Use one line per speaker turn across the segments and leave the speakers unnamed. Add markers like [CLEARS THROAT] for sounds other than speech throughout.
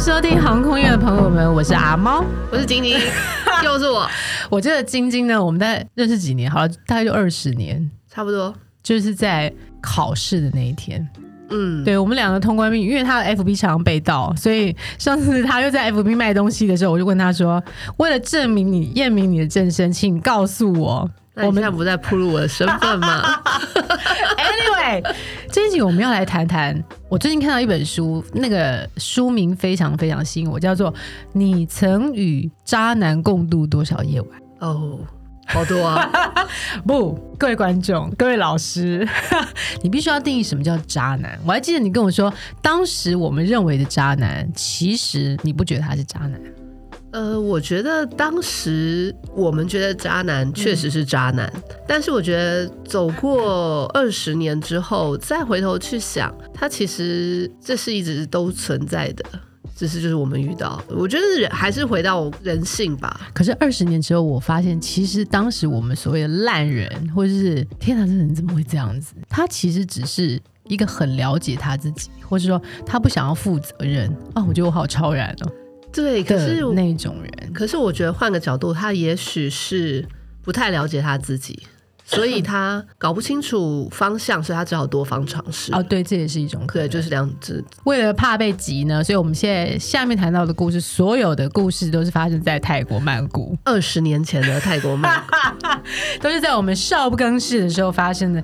收听航空业的朋友们，我是阿猫。
我是晶
[LAUGHS]
晶，又是我，
我记得晶晶呢，我们在认识几年，好了，大概就二十年，
差不多。
就是在考试的那一天。
嗯，
对我们两个通关密语，因为他的 FB 常常被盗，所以上次他又在 FB 卖东西的时候，我就问他说：“为了证明你验明你的正身，请告诉我。
那你
我们
现在不在铺露我的身份
[LAUGHS]
吗？”
Anyway，这一 [LAUGHS] 集我们要来谈谈，我最近看到一本书，那个书名非常非常吸引我，叫做《你曾与渣男共度多少夜晚》。
哦，好多啊，
[LAUGHS] 不，各位观众，各位老师， [LAUGHS] 你必须要定义什么叫渣男。我还记得你跟我说，当时我们认为的渣男，其实你不觉得他是渣男。
呃，我觉得当时我们觉得渣
嗯
男确实是渣男，但是我觉得走过二十年之后，再回头去想，他其实这是一直都存在的，只是就是我们遇到。我觉得人还是回到人性吧。
可是二十年之后，我发现其实当时我们所谓的烂人，或者是天哪，这人怎么会这样子？他其实只是一个很了解他自己，或是说他不想要负责任啊、我觉得我好超然哦
对，可
的
是我
那种人。
可是我觉得换个角度，他也许是不太了解他自己，所以他搞不清楚方向，所以他只好多方尝试。
哦，对，这也是一种可能。
对，就是两只。
为了怕被急呢，所以我们现在下面谈到的故事，所有的故事都是发生在泰国曼谷，
二十年前的泰国
[LAUGHS]
曼谷，
都是在我们少不更事的时候发生的。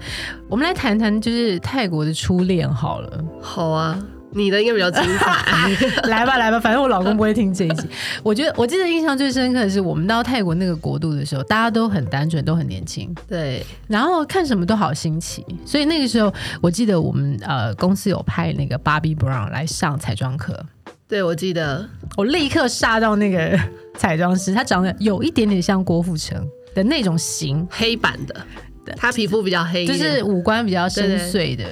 我们来谈谈就是泰国的初恋好了，
好啊，你的应该比较精彩。
来吧来吧，反正我老公不会听这一集。我觉得我记得印象最深刻的是，我们到泰国那个国度的时候，大家都很单纯，都很年轻，
对，
然后看什么都好新奇，所以那个时候我记得我们呃公司有派那个 Bobby Brown 来上彩妆课，
对我记得，
我立刻杀到那个彩妆师，他长得有一点点像郭富城的那种型，
黑版的，他皮肤比较黑一
就
点，
是五官比较深邃的，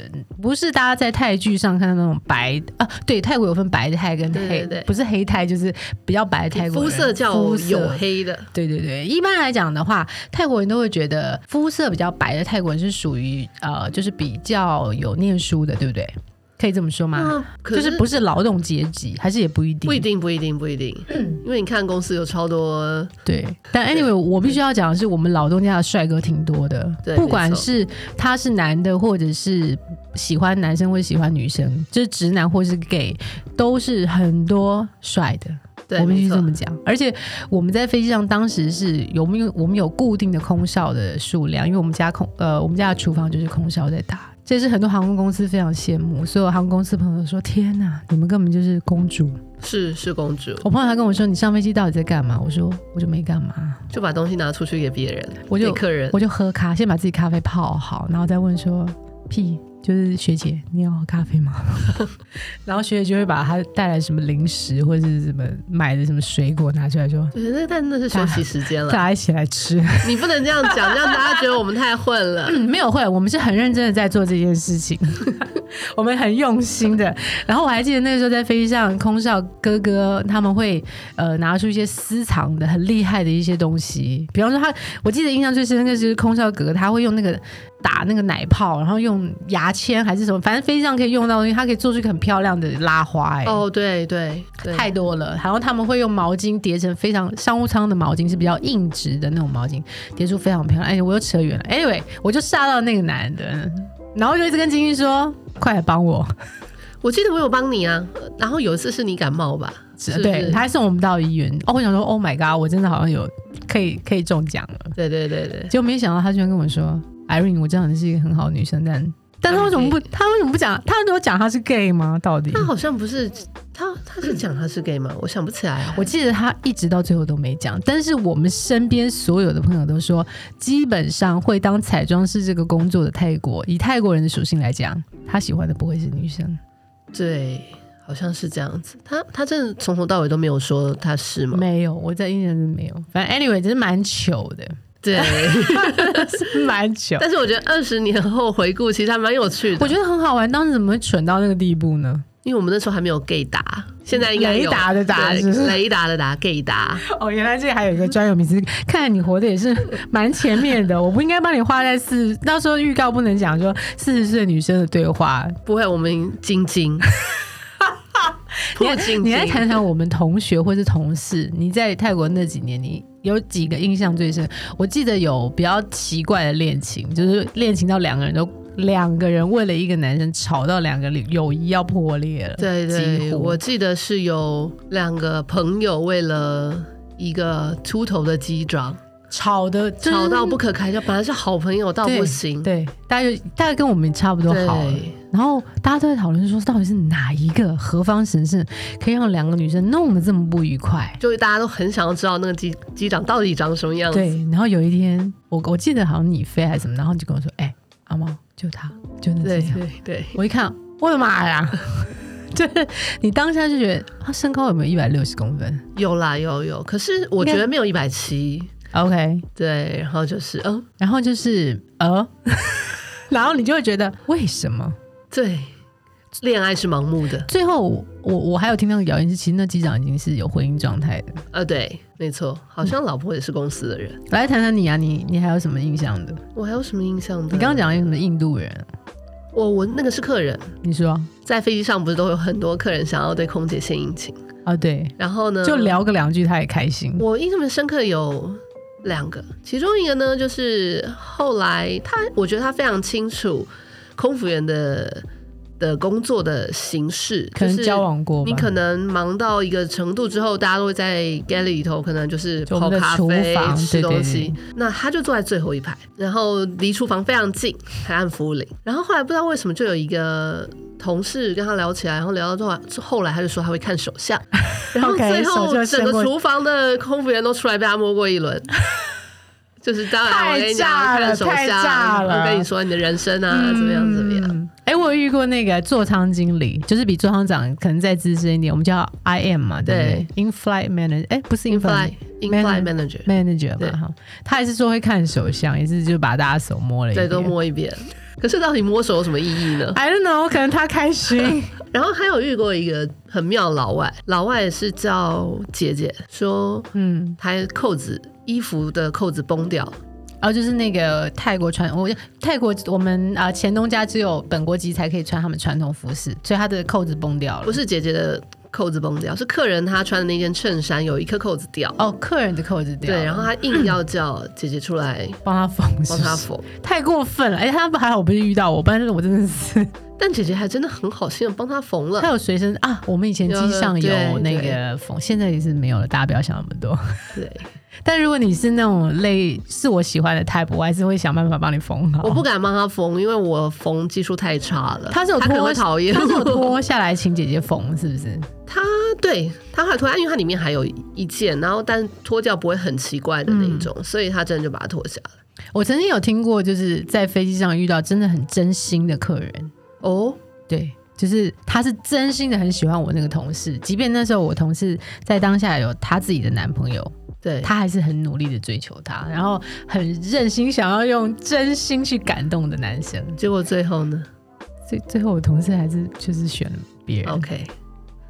不是大家在泰剧上看到那种白的啊。对，泰国有分白泰跟黑，
对对对
不是黑泰就是比较白的泰国
肤
人
色较
肤色
黝黑的。
对对对，一般来讲的话，泰国人都会觉得肤色比较白的泰国人是属于呃，就是比较有念书的，对不对？可以这么说吗？
嗯，可
就是不是劳动阶级，还是也不一定，嗯
不一定，不一定，不一定，因为你看公司有超多
对，但 anyway，我必须要讲的是，我们老东家的帅哥挺多的，
对
不管
没错
是他是男的，或者是喜欢男生或者喜欢女生，就是直男或是 gay，都是很多帅的。
对，
我必
没
须
错
这么讲。而且我们在飞机上当时是有没有我们有固定的空少的数量，因为我们家空呃我们家的厨房就是空少在打。这是很多航空公司非常羡慕，所有航空公司朋友说：“天哪，你们根本就是公主！”
是是公主，
我朋友他跟我说：“你上飞机到底在干嘛？”我说：“我就没干嘛。”
就把东西拿出去给别人，
我就
给客人。
我就喝咖，先把自己咖啡泡好，然后再问说：“屁，就是学姐，你要喝咖啡吗？” [LAUGHS] 然后学姐就会把她带来什么零食或者是什么买的什么水果拿出来说
对，那但那是休息时间：“
大
了，
家一起来吃。
你不能这样讲，这样大家觉得我们太混了。
嗯” [CLEARS THROAT] 没有会，我们是很认真的在做这件事情， [LAUGHS] 我们很用心的。然后我还记得那个时候在飞机上，空少哥哥他们会呃拿出一些私藏的很厉害的一些东西，比方说他，我记得印象最深刻就是空少哥哥他会用那个打那个奶泡，然后用牙签还是什么，反正飞机上可以用到的东西，他可以做出一个很漂亮的拉花、 [LAUGHS] 哎、
哦，对对对，
太多了。然后他们会用毛巾叠成非常商务舱的毛巾是比较硬直的那种毛巾，叠出非常漂亮。哎，我又扯远了。Anyway，我就吓到那个男的，然后就一直跟金玉说：“快来帮我
我记得我有帮你啊。然后有一次是你感冒吧？！”是不
对，
是
他还送我们到医院。哦，我想说，Oh my god，我真的好像有可以可以中奖了。
对对对对，
结果没想到他居然跟我说：“Irene，我知道你是一个很好的女生，但……”但他为什么不？他为什么不讲？他没有讲他是 gay 吗？到底？
他好像不是他，他是讲他是 gay 吗？我想不起来啊。
我记得他一直到最后都没讲，但是我们身边所有的朋友都说，基本上会当彩妆师这个工作的泰国，以泰国人的属性来讲，他喜欢的不会是女生。
对，好像是这样子。他他真的从头到尾都没有说他是吗？
没有，我在印象中没 [LAUGHS] 有。反正 anyway，真是蛮糗的，
对，
是蛮糗。
[LAUGHS] 但是我觉得二十年后回顾，其实还蛮有趣的
我，觉得很好玩，当时怎么会蠢到那个地步呢？
因为我们那时候还没有 gay 达，现在应该有
雷达的达
对
是不是
雷达的达 gay 达。
哦，原来这还有一个专有名词，看来你活的也是蛮前面的。我不应该帮你画在四，到时候预告不能讲说四十岁女生的对话， [LAUGHS]
不会，我们晶晶，朴槿
你来
惠，
谈谈我们同学或是同事，你在泰国那几年，你有几个印象最深？我记得有比较奇怪的恋情，就是恋情到两个人都两个人为了一个男生吵到两个人友谊要破裂了。
对
几
对，
乎
我记得是有两个朋友为了一个秃头的机长
吵的
吵到不可开交，本来是好朋友到不行，
对，大家就大概跟我们差不多好了。
对
然后大家都在讨论说，到底是哪一个何方神圣，可以让两个女生弄得这么不愉快？
就是大家都很想要知道那个机机长到底长什么样子。
对，然后有一天，我我记得好像你飞还是什么，然后你就跟我说：“哎、阿猫，就他，就那
对
只
对对，
我一看，我的妈呀！ [LAUGHS] 就是你当下就觉得他身高有没有一百六十公分
有啦有有，可是
应
我
该
觉得没有一百七。
？OK，
对，然后就是嗯，
然后就是呃， [LAUGHS] 然后你就会觉得为什么？
对，恋爱是盲目的，
最后我我我还有听到谣言是，其实那机长已经是有婚姻状态的。
呃，对，没错，好像老婆也是公司的人。
来谈谈你啊，你你还有什么印象的？
我还有什么印象的？
你刚刚讲了有什么印度人？
我我那个是客人，
你说
在飞机上不是都有很多客人想要对空姐献殷勤，
啊，对，
然后呢，
就聊个两句，他也开心。
呃我印象很深刻有两个，其中一个呢，就是后来他，我觉得他非常清楚空服员的的工作的形式，
可能交。往过吧，
你可能忙到一个程度之后，大家都会在 galley 里头，可能就是
就我们
泡
的
咖
厨
啡、
房
吃
对对
东西。那他就坐在最后一排，然后离厨房非常近，还按服务铃。然后后来不知道为什么就有一个同事跟他聊起来，然后聊到最后，之后来他就说他会看手
[LAUGHS]
相，然后
OK，
最
手
后
就
整
伸过
个
去
厨房的空服员都出来被他摸过一轮。就是当然，我
太
跟你讲，
炸了
看手
太炸
相，
了
我跟你说你的人生啊，怎么样怎么样。
嗯？哎、我有遇过那个座舱经理，就是比座舱长可能再资深一点，我们叫 I M 嘛，对不对？In flight manager，哎、不是 in flight
Infly Infly manager，
manager
对
嘛哈，他也是说会看手相，也是就把大家手摸了一
对，
遍。
都摸一遍。可是到底摸手有什么意义呢？
I don't know，可能他开 [LAUGHS] 心。
然后还有遇过一个很妙的老外，老外是叫姐姐，说
嗯，
他扣子衣服的扣子崩掉，
然后哦就是那个泰国传，我泰国我们啊、前东家只有本国籍才可以穿他们传统服饰，所以他的扣子崩掉
不
了。
是姐姐的扣子崩掉，是客人他穿的那件衬衫有一颗扣子掉，
哦，客人的扣子掉了，
对，然后他硬要叫姐姐
[LAUGHS]
出来
帮他缝，是
帮
不
他
是
缝，
太过分了。哎、他还好不是遇到我，不然我真的是。
但姐姐还真的很好心的帮他缝了
它。有随身啊，我们以前机上
有的
有
对
那个缝，现在也是没有了，大家不要想那么多。
对，
但如果你是那种类是我喜欢的 type，我还是会想办法帮你缝好。
我不敢帮他缝，因为我缝技术太差了。
他是有
他可能
脱
会讨厌
它
[LAUGHS]
是有
我。
脱下来请姐姐缝，是不是？
他对他还脱，因为它里面还有一件，然后但脱掉不会很奇怪的那一种，所以他真的就把它脱下来。
我曾经有听过，就是在飞机上遇到真的很真心的客人，
哦，
对。就是他是真心的很喜欢我那个同事，即便那时候我同事在当下有她自己的男朋友，
对，
她还是很努力的追求他，然后很任性，想要用真心去感动的男生。
结果最后呢
最最后，我同事还是就是选了别人。
？OK，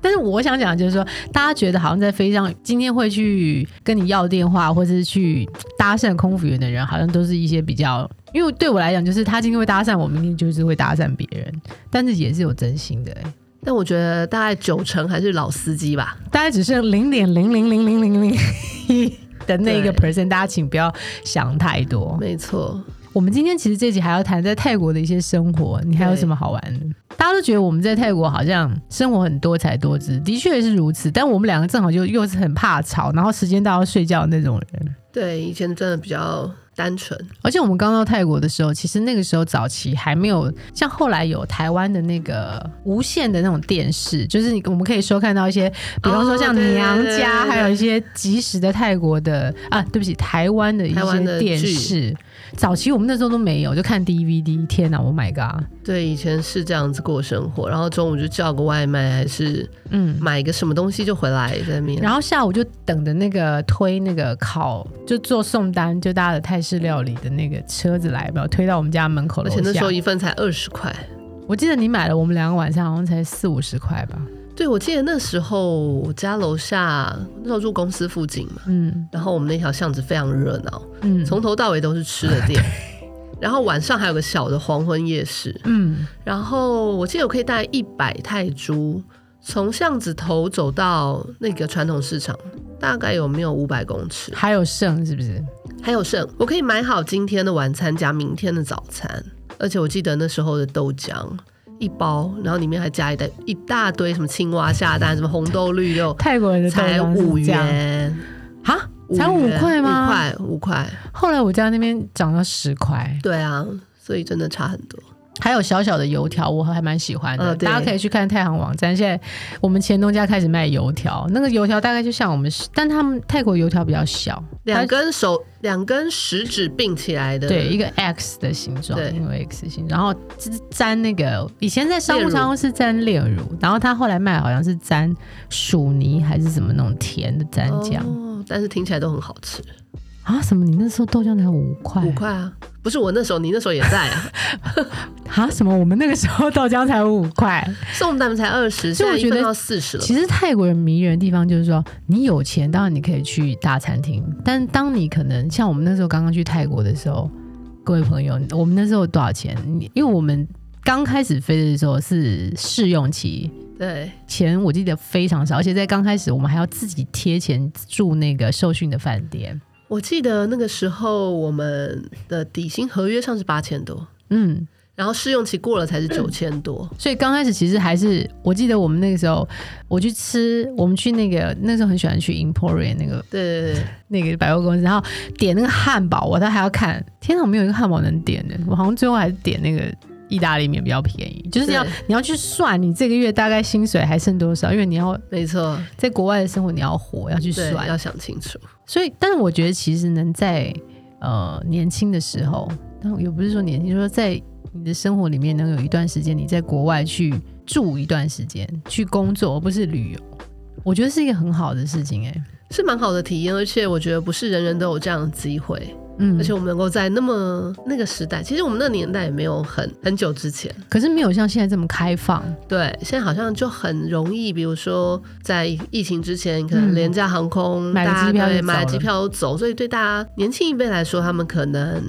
但是我想讲的就是说，大家觉得好像在飞机上，今天会去跟你要电话，或是去搭讪空服员的人，好像都是一些比较，因为对我来讲，就是他今天会搭讪我，明天就是会搭讪别人，但是也是有真心的、欸。
但我觉得大概九成还是老司机吧。
大概只剩零点零零零零零零一的那个
对
percent，大家请不要想太多。
没错，
我们今天其实这集还要谈在泰国的一些生活，你还有
对
什么好玩的？大家都觉得我们在泰国好像生活很多才多姿，的确是如此。但我们两个正好就又是很怕吵，然后时间到要睡觉的那种人。
对，以前真的比较单纯。
而且我们刚到泰国的时候，其实那个时候早期还没有像后来有台湾的那个无线的那种电视，就是你我们可以收看到一些，比方说像
哦对对
娘
对对
家，
对
还有一些即时的泰国的啊，对不起，台湾的一
台湾
些
的
电
剧
视。早期我们那时候都没有，就看 DVD。天哪，Oh my god！
对，以前是这样子过生活，然后中午就叫个外卖，还是
嗯，
买个什么东西就回来在面。
然后下午就等着那个推那个烤，就做送单，就大家的泰式料理的那个车子来吧，推到我们家门口
而
楼
且那时
下
候。一份才二十块。
我记得你买了，我们两个晚上好像才四五十块吧。
对，我记得那时候我家楼下那时候住公司附近嘛，
嗯
然后我们那条巷子非常热闹，
嗯，
从头到尾都是吃的
[LAUGHS]
店。然后晚上还有个小的黄昏夜市，
嗯
然后我记得我可以带一百泰铢从巷子头走到那个传统市场，大概有没有五百公尺？
还有剩是不是？
还有剩，我可以买好今天的晚餐加明天的早餐，而且我记得那时候的豆浆一包，然后里面还加一袋一大堆什么青蛙下蛋、什么红豆
[LAUGHS]
绿豆，
泰国人的豆
才
浆
五
是这样
元，
哈，才五
元
块吗？
五。块，五块，
后来我家那边涨到十块，
对啊，所以真的差很多。
还有小小的油条，我还蛮喜欢的。
呃对
大家可以去看太行网站，现在我们前东家开始卖油条，那个油条大概就像我们，但他们泰国油条比较小，
两根手，两根食指并起来的，
对，一个 X 的形状，
对
因为 X 形，然后就是沾那个以前在商务
炼乳
舱是沾炼乳，然后他后来卖好像是沾薯泥还是什么那种甜的蘸酱、
哦，但是听起来都很好吃，
啊？什么？你那时候豆浆才五块？
五块啊，不是我那时候，你那时候也在
[LAUGHS]
啊，
啊？什么？我们那个时候豆浆才五块？
送他们才二十，
所
现
以我
在
觉
一
得
份到四十了。
其实泰国人迷人的地方就是说，你有钱当然你可以去大餐厅，但当你可能像我们那时候刚刚去泰国的时候，各位朋友，我们那时候多少钱？你因为我们刚开始飞的时候是试用期，
对，
钱我记得非常少，而且在刚开始我们还要自己贴钱住那个受训的饭店。
我记得那个时候我们的底薪合约上是八千多，
嗯，
然后试用期过了才是九千多。
所以刚开始其实还是，我记得我们那个时候，我去吃，我们去那个那时候很喜欢去 Emporium 那个
对对对，
那个百货公司，然后点那个汉堡，我都还要看，天哪，我没有一个汉堡能点的，我好像最后还是点那个意大利面比较便宜，就是你要
对
你要去算你这个月大概薪水还剩多少，因为你要
没错，
在国外的生活你要活要去
对，
算，
要想清楚。
所以，但是我觉得其实能在呃年轻的时候，但也不是说年轻，就是说在你的生活里面能有一段时间你在国外去住一段时间，去工作，而不是旅游，我觉得是一个很好的事情、哎，
是蛮好的体验，而且我觉得不是人人都有这样的机会，
嗯，
而
而
且
且
我们能够在那么那个时代，其实我们那年代也没有很很久之前，
可是没有像现在这么开放，
对，现在好像就很容易，比如说在疫情之前，可能
嗯
廉价航空，
买了
大
机
家
票就
对
走
买了机
了
票就走，所以对大家年轻一辈来说，他们可能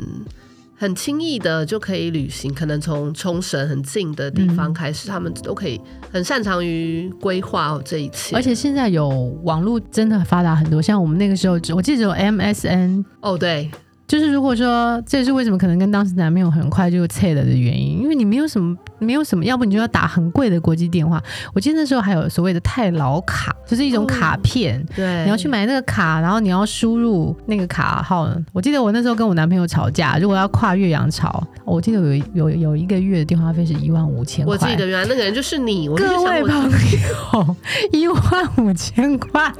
很轻易的就可以旅行，可能从冲绳很近的地方
嗯
开始，他们都可以很擅长于规划这一切。
而且现在有网络真的发达很多，像我们那个时候只，我记得只有 MSN。
哦，对，
就是如果说这也是为什么可能跟当时男朋友很快就撤了的原因，因为你没有什么没有什么，要不你就要打很贵的国际电话。我记得那时候还有所谓的泰劳卡，就是
哦
一种卡片。
对，
你要去买那个卡，然后你要输入那个卡号。我记得我那时候跟我男朋友吵架，如果要跨越洋潮，我记得有有有一个月的电话费是一万五千块。
我记得原来那个人就是你，我就
各
想
位
我
朋友， [LAUGHS] 一万五千块，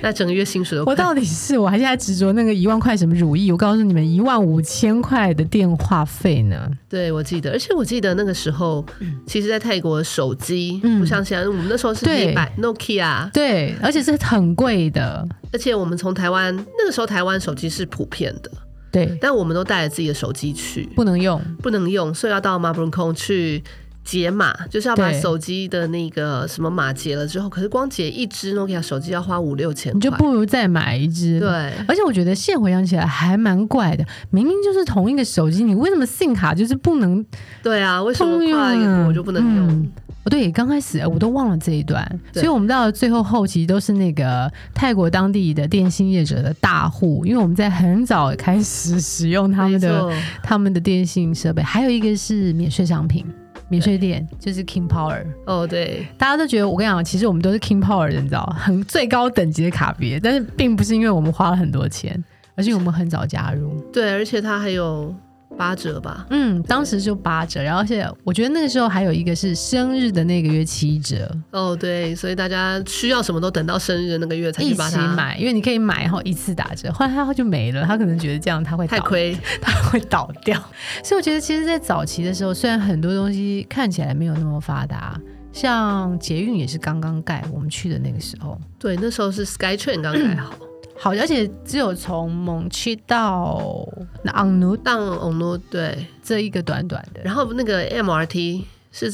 那整个月薪水都
我到底是我还现在执着那个一万块什么乳液？我告诉你们，一万五千块的电话费呢？
对，我记得，而且我记得那个时候，其实，在泰国手机、
嗯
不像现在，我们那时候是
对
黑白 Nokia，
对，而且是很贵的。
而且我们从台湾那个时候，台湾手机是普遍的，
对，
但我们都带着自己的手机去，
不能用。
不能用，所以要到马布隆空去。解码就是要把
对
手机的那个什么码解了之后，可是光解一只 Nokia 手机要花五六千块，
你就不如再买一只。，
对
而且我觉得现在回想起来还蛮怪的，明明就是同一个手机，你为什么 SIM 卡就是不能？
对啊，为什么跨一个国就不能用？
嗯哦，对，刚开始呃我都忘了这一段，所
对
以我们到了最后后期都是那个泰国当地的电信业者的大户，因为我们在很早开始使用他们的
没错
他们的电信设备，还有一个是免税商品。免税店就是 King Power，
哦，对，
大家都觉得我跟你讲，其实我们都是 King Power 的，你知道， [LAUGHS] 很最高等级的卡别，但是并不是因为我们花了很多钱，而是我们很早加入。
对，而且它还有八折吧？
嗯，当时就八折，然后而且我觉得那个时候还有一个是生日的那个月七折，
哦，对，所以大家需要什么都等到生日那个月才
一
去把
起
它，
买，因为你可以买，然后一次打折。后来他就没了，他可能觉得这样他会
太
倒，
亏。
[LAUGHS] 他会倒掉。所以我觉得，其实，在早期的时候，虽然很多东西看起来没有那么发达，像捷运也是刚刚盖，我们去的那个时候，
对，那时候是 SkyTrain 刚盖好，
好，而且只有从蒙区到那昂奴
但网络对，
这一个短短的，
然后那个 MRT 是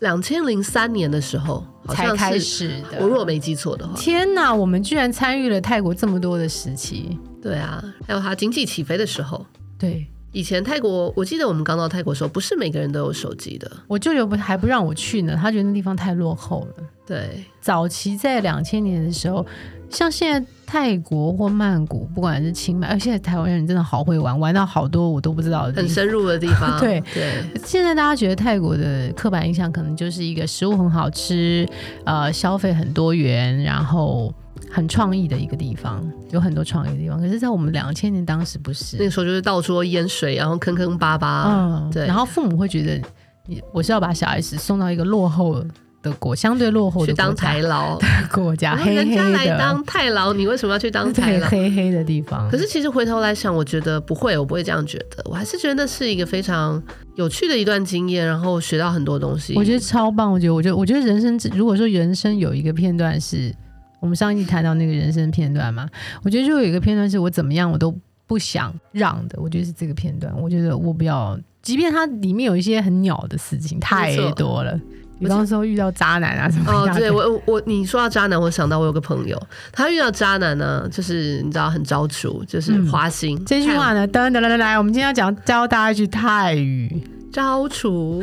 两千零三年的时候，好
才
像
开
是
始的。
我如果没记错的话，
天哪，我们居然参与了泰国这么多的时期。
对啊，还有它经济起飞的时候，
对，
以前泰国，我记得我们刚到泰国的时候，不是每个人都有手机的。
我舅舅不还不让我去呢，他觉得那地方太落后了。
对，
早期在两千年的时候，像现在泰国或曼谷，不管是清迈，而现在台湾人真的好会玩，玩到好多我都不知道的地
很
方。
深入的地方。
[LAUGHS] 对
对，
现在大家觉得泰国的刻板印象可能就是一个食物很好吃，呃，消费很多元，然后很创意的一个地方，有很多创意的地方。可是，在我们两千年当时不
那
是，
个时候就是到处都淹水，然后坑坑巴巴。
嗯
啊对
然后父母会觉得你我是要把小孩子送到一个落后的国，相对落后
去
的
当
国家
台劳，
[LAUGHS] 国家，
然
啊
后
黑
人
黑
家来
的，
当泰劳，你为什么要去当泰
对，
劳？
黑黑的地方。
可是其实回头来想，我觉得不会，我不会这样觉得。我还是觉得那是一个非常有趣的一段经验，然后学到很多东西。
我觉得超棒，我觉得，我觉得，我觉得人生之，如果说人生有一个片段是，我们上一集谈到那个人生片段嘛，我觉得就有一个片段是我怎么样我都不想让的，我觉得是这个片段，我觉得我不要，即便它里面有一些很鸟的事情太多了，比方说遇到渣男啊什么
哦
一，大堆
对我我你说到渣男，我想到我有个朋友，他遇到渣男呢，就是你知道很招厨，就是
嗯
花心。
这句话呢，噔噔噔噔，来，我们今天要讲教大家一句泰语，
招厨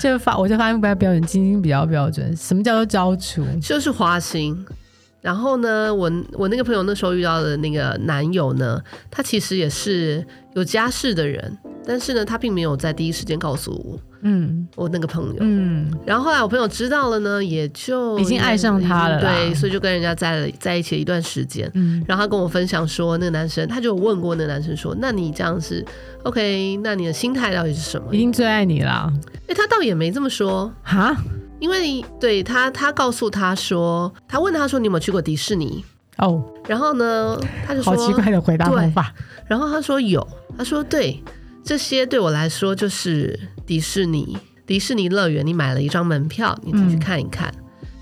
就发我就发音不太标准，晶晶比较标准。什么叫做招厨？
就是花心。然后呢，我我那个朋友那时候遇到的那个男友呢，他其实也是有家室的人，但是呢，他并没有在第一时间告诉我
嗯
我那个朋友。
嗯，
然后后来我朋友知道了呢，也就
已经爱上他了啦
对，所以就跟人家在了在一起一段时间。
嗯
然后他跟我分享说，那个男生他就有问过那个男生说，那你这样是 OK？那你的心态到底是什么
一？定嗯最爱你啦！
哎，他倒也没这么说，
哈，
因为对他，他告诉他说，他问他说你有没有去过迪士尼？
哦，
然后呢，他就说
好奇怪的回答方法。
然后他说有，他说对，这些对我来说就是迪士尼，迪士尼乐园，你买了一张门票，你进去
嗯
看一看。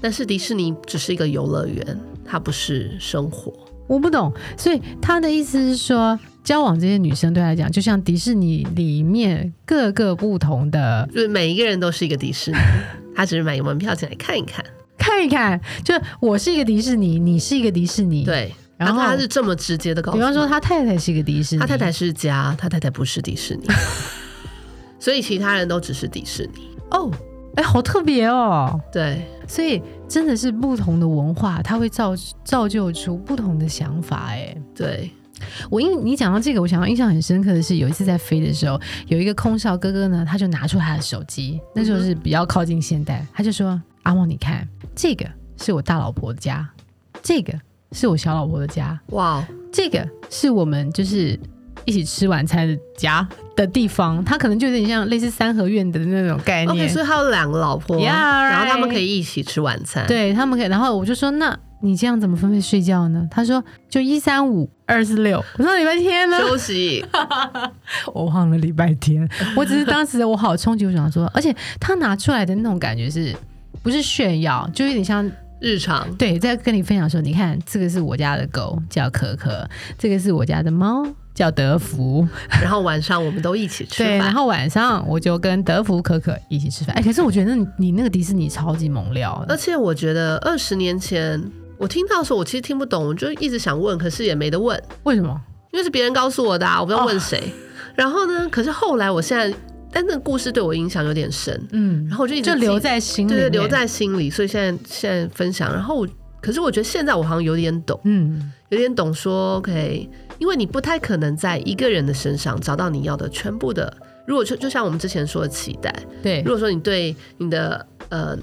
但是迪士尼只是一个游乐园，它不是生活。
我不懂，所以他的意思是说，交往这些女生对他来讲，就像迪士尼里面各个不同的
就是每一个人都是一个
[LAUGHS]
迪士尼，他只是买个门票进来看一看。
看一看，就是我是一个迪士尼，你是一个迪士尼，。
对，
嗯然后
他是这么直接的告诉
比
我，
方说他太太是一个迪士尼，
他太太是家，他太太不是迪士
[LAUGHS]
尼，所以其他人都只是迪士尼。
哦，哎，好特别哦。
对，
所以真的是不同的文化，它会造造就出不同的想法，哎。
对，
我印你讲到这个，我想到印象很深刻的是，有一次在飞的时候，有一个空少哥哥呢，他就拿出他的手机，那时候是比较靠近现代，他就说：“阿旺，你看，这个是我大老婆的家，这个是我小老婆的家，
哇哦，
这个是我们就是一起吃晚餐的家的地方。”他可能就有点像类似三合院的那种概
OK，
念。
哦所以他有两个老婆啊
Yeah, right.
然后他们可以一起吃晚餐。，
对他们可以，然后我就说，那你这样怎么分配睡觉呢？他说就一三五二四六。我说礼拜天呢？
[LAUGHS] 休息。
我忘了礼拜 [LAUGHS] 天，我只是当时我好冲击，我想说，而且他拿出来的那种感觉是。不是炫耀，就有点像
日常
对，在跟你分享说，你看这个是我家的狗叫可可，这个是我家的猫叫德福，
然后晚上我们都一起吃
对，然
饭。
后晚上我就跟德福、可可一起吃饭。哎，可是我觉得你你那个迪士尼超级猛料
而
的，
且我觉得二十年前我听到的时候，我其实听不懂，我就一直想问，可是也没得问，
为什么？
因为是别人告诉我的、啊，我不知道问谁。
哦
然后呢，可是后来我现在，但那个故事对我影响有点深，
嗯，
然后我就一直
就
记
留在心里
对
面，
对留在心里，所以现在现在分享。然后我，可是我觉得现在我好像有点懂，
嗯，
有点懂说 OK，因为你不太可能在一个人的身上找到你要的全部的。如果就就像我们之前说的期待，
对
如，果说你对你的呃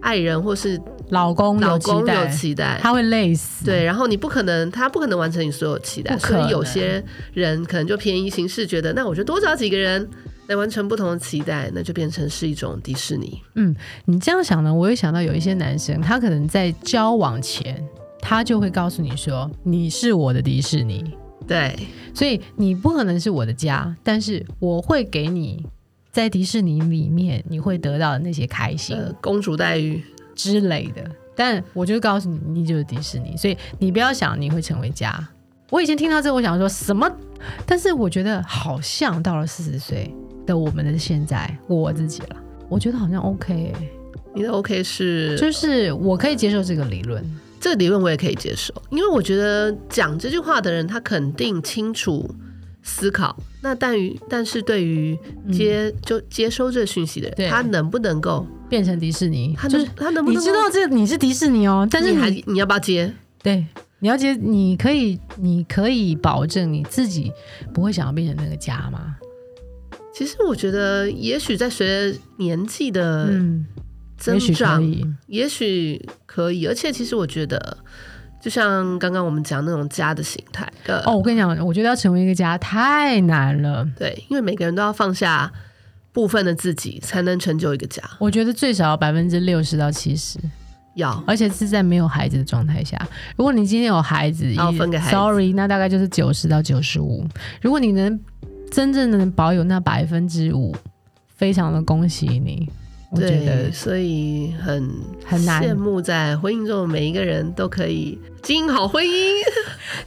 爱人或是
老公
老
有期
公有
待，
期待，
他会累死，
对，然后你不可能他不可能完成你所有期待，
不可
所
能
以有些人可能就便宜行事，觉得那我就多找几个人来完成不同的期待，那就变成是一种迪士尼。
你这样想呢，我也想到有一些男生，他可能在交往前，他就会告诉你说：“你是我的迪士尼，
对，
所以你不可能是我的家，但是我会给你在迪士尼里面你会得到的那些开心
呃，公主待遇，
之类的。但我就告诉你，你就是迪士尼，所以你不要想你会成为家。我以前听到这个，我想说什么？但是我觉得好像到了四十岁的我们的现在，我自己了，我觉得好像 OK，欸、
你的 OK 是
就是我可以接受这个理论。
这个理论我也可以接受，因为我觉得讲这句话的人，他肯定清楚思考。那但于但是对于接、就接收这讯息的
嗯对
人，他能不能够，
变成迪士尼，
他
就
能
是
他能不
你
能够
知道这你是迪士尼哦，但是
你还
你
你要不要接？
对你要接，你可以你可以保证你自己不会想要变成那个家吗？
其实我觉得，也许在随着年纪的
嗯，
增
也许可
长，
以，
也许可以。而且，其实我觉得，就像刚刚我们讲那种家的形态，呃，
哦，我跟你讲，我觉得要成为一个家太难了。
对，因为每个人都要放下部分的自己，才能成就一个家。
我觉得最少百分之六十到七十，
要
而且是在没有孩子的状态下。如果你今天有孩子，
然后
一
分给孩子
sorry，那大概就是九十到九十五。如果你能真正的能保有那百分之五，非常的恭喜你。我觉得
对，所以很
很难
羡慕在婚姻中的每一个人都可以经营好婚姻。 [LAUGHS]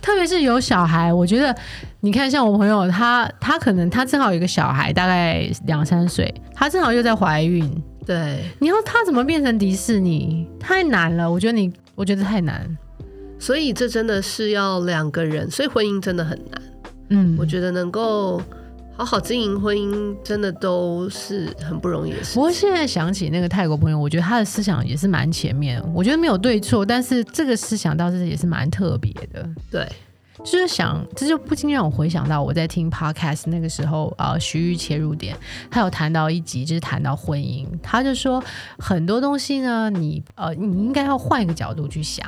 特别是有小孩，我觉得你看，像我朋友，他他可能他正好有一个小孩，大概两三岁，他正好又在怀孕，
对，
你要他怎么变成迪士尼？太难了，我觉得你，我觉得太难。
所以这真的是要两个人，所以婚姻真的很难。
嗯，
我觉得能够好好经营婚姻，真的都是很不容易的事
不
情。
过现在想起那个泰国朋友，我觉得他的思想也是蛮前面，我觉得没有对错，但是这个思想倒是也是蛮特别的。
对，
就是想，这就不禁让我回想到我在听 podcast 那个时候，呃，徐玉切入点，他有谈到一集，就是谈到婚姻，他就说很多东西呢，你呃，你应该要换一个角度去想，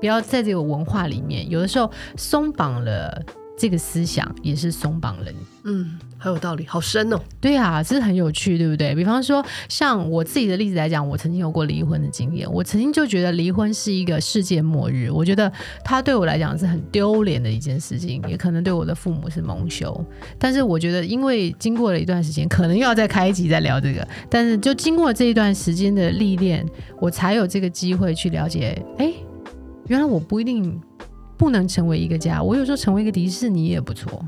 不要在这个文化里面，有的时候松绑了这个思想，也是松绑了你。
嗯，很有道理，好深哦。
对啊，这是很有趣，对不对？比方说，像我自己的例子来讲，我曾经有过离婚的经验，我曾经就觉得离婚是一个世界末日，我觉得它对我来讲是很丢脸的一件事情，也可能对我的父母是蒙羞。但是我觉得，因为经过了一段时间，可能又要再开一集再聊这个，但是就经过这一段时间的历练，我才有这个机会去了解，哎，原来我不一定不能成为一个家，我有时候成为一个迪士尼也不错。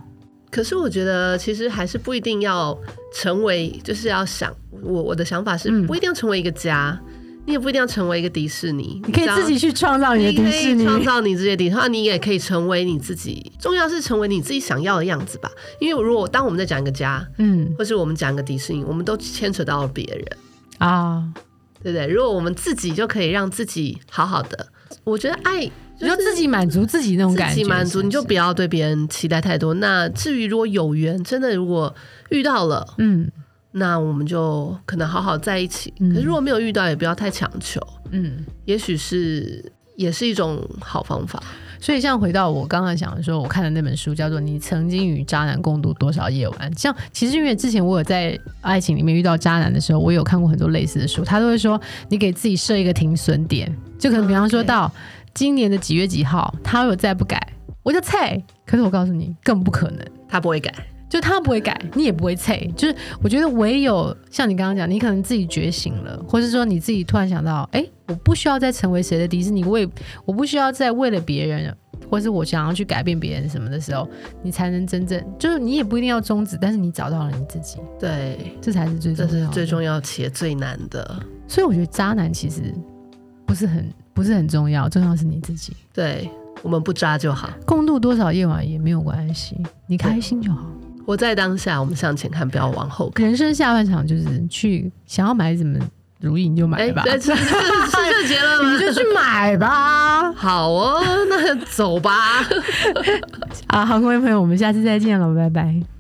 可是我觉得，其实还是不一定要成为，就是要想我我的想法是
嗯，
不一定要成为一个家，你也不一定要成为一个迪士尼，
你可以
只要
自己去创造你的
你
迪
可
士
以
尼，
创造你自己的底，然后你也可以成为你自己。重要是成为你自己想要的样子吧。因为如果当我们在讲一个家，
嗯
或是我们讲一个迪士尼，我们都牵扯到了别人，
啊。
对不对？如果我们自己就可以让自己好好的，我觉得爱
你就自己满足自己那种感觉，
嗯自己满足，
是不
你
是
就不要对别人期待太多。那至于如果有缘，真的如果遇到了，
嗯
那我们就可能好好在一起。
嗯
可是如果没有遇到，也不要太强求，
嗯。
也许是也是一种好方法。
所以，像回到我刚刚想说，我看的那本书叫做《你曾经与渣男共度多少夜晚》。像其实因为之前我有在爱情里面遇到渣男的时候，我有看过很多类似的书，他都会说你给自己设一个停损点，就可能比方说
OK
到今年的几月几号，他有再不改，我就菜。可是我告诉你，更不可能。
他不会改，
就他不会改，
嗯
你也不会脆。就是我觉得唯有像你刚刚讲，你可能自己觉醒了，或是说你自己突然想到，哎，我不需要再成为谁的迪士尼，我也我不需要再为了别人，或是我想要去改变别人什么的时候，你才能真正就是你也不一定要终止，但是你找到了你自己，
对，
这才是最重
这
要
是
的。
最重要且最难的。
所以我觉得渣男其实不是很不是很重要，重要是你自己。
对我们不渣就好，
共度多少夜晚也没有关系，你开心就好。
活在当下，我们向前看，不要往后看。
人生下半场就是去想要买什么如意你就买吧。
对是是是哎这个结论
哎 [LAUGHS] 你
吗？。
就去买吧 [LAUGHS]
好哦，那走吧。
啊，航空朋友，我们下次再见了，拜拜。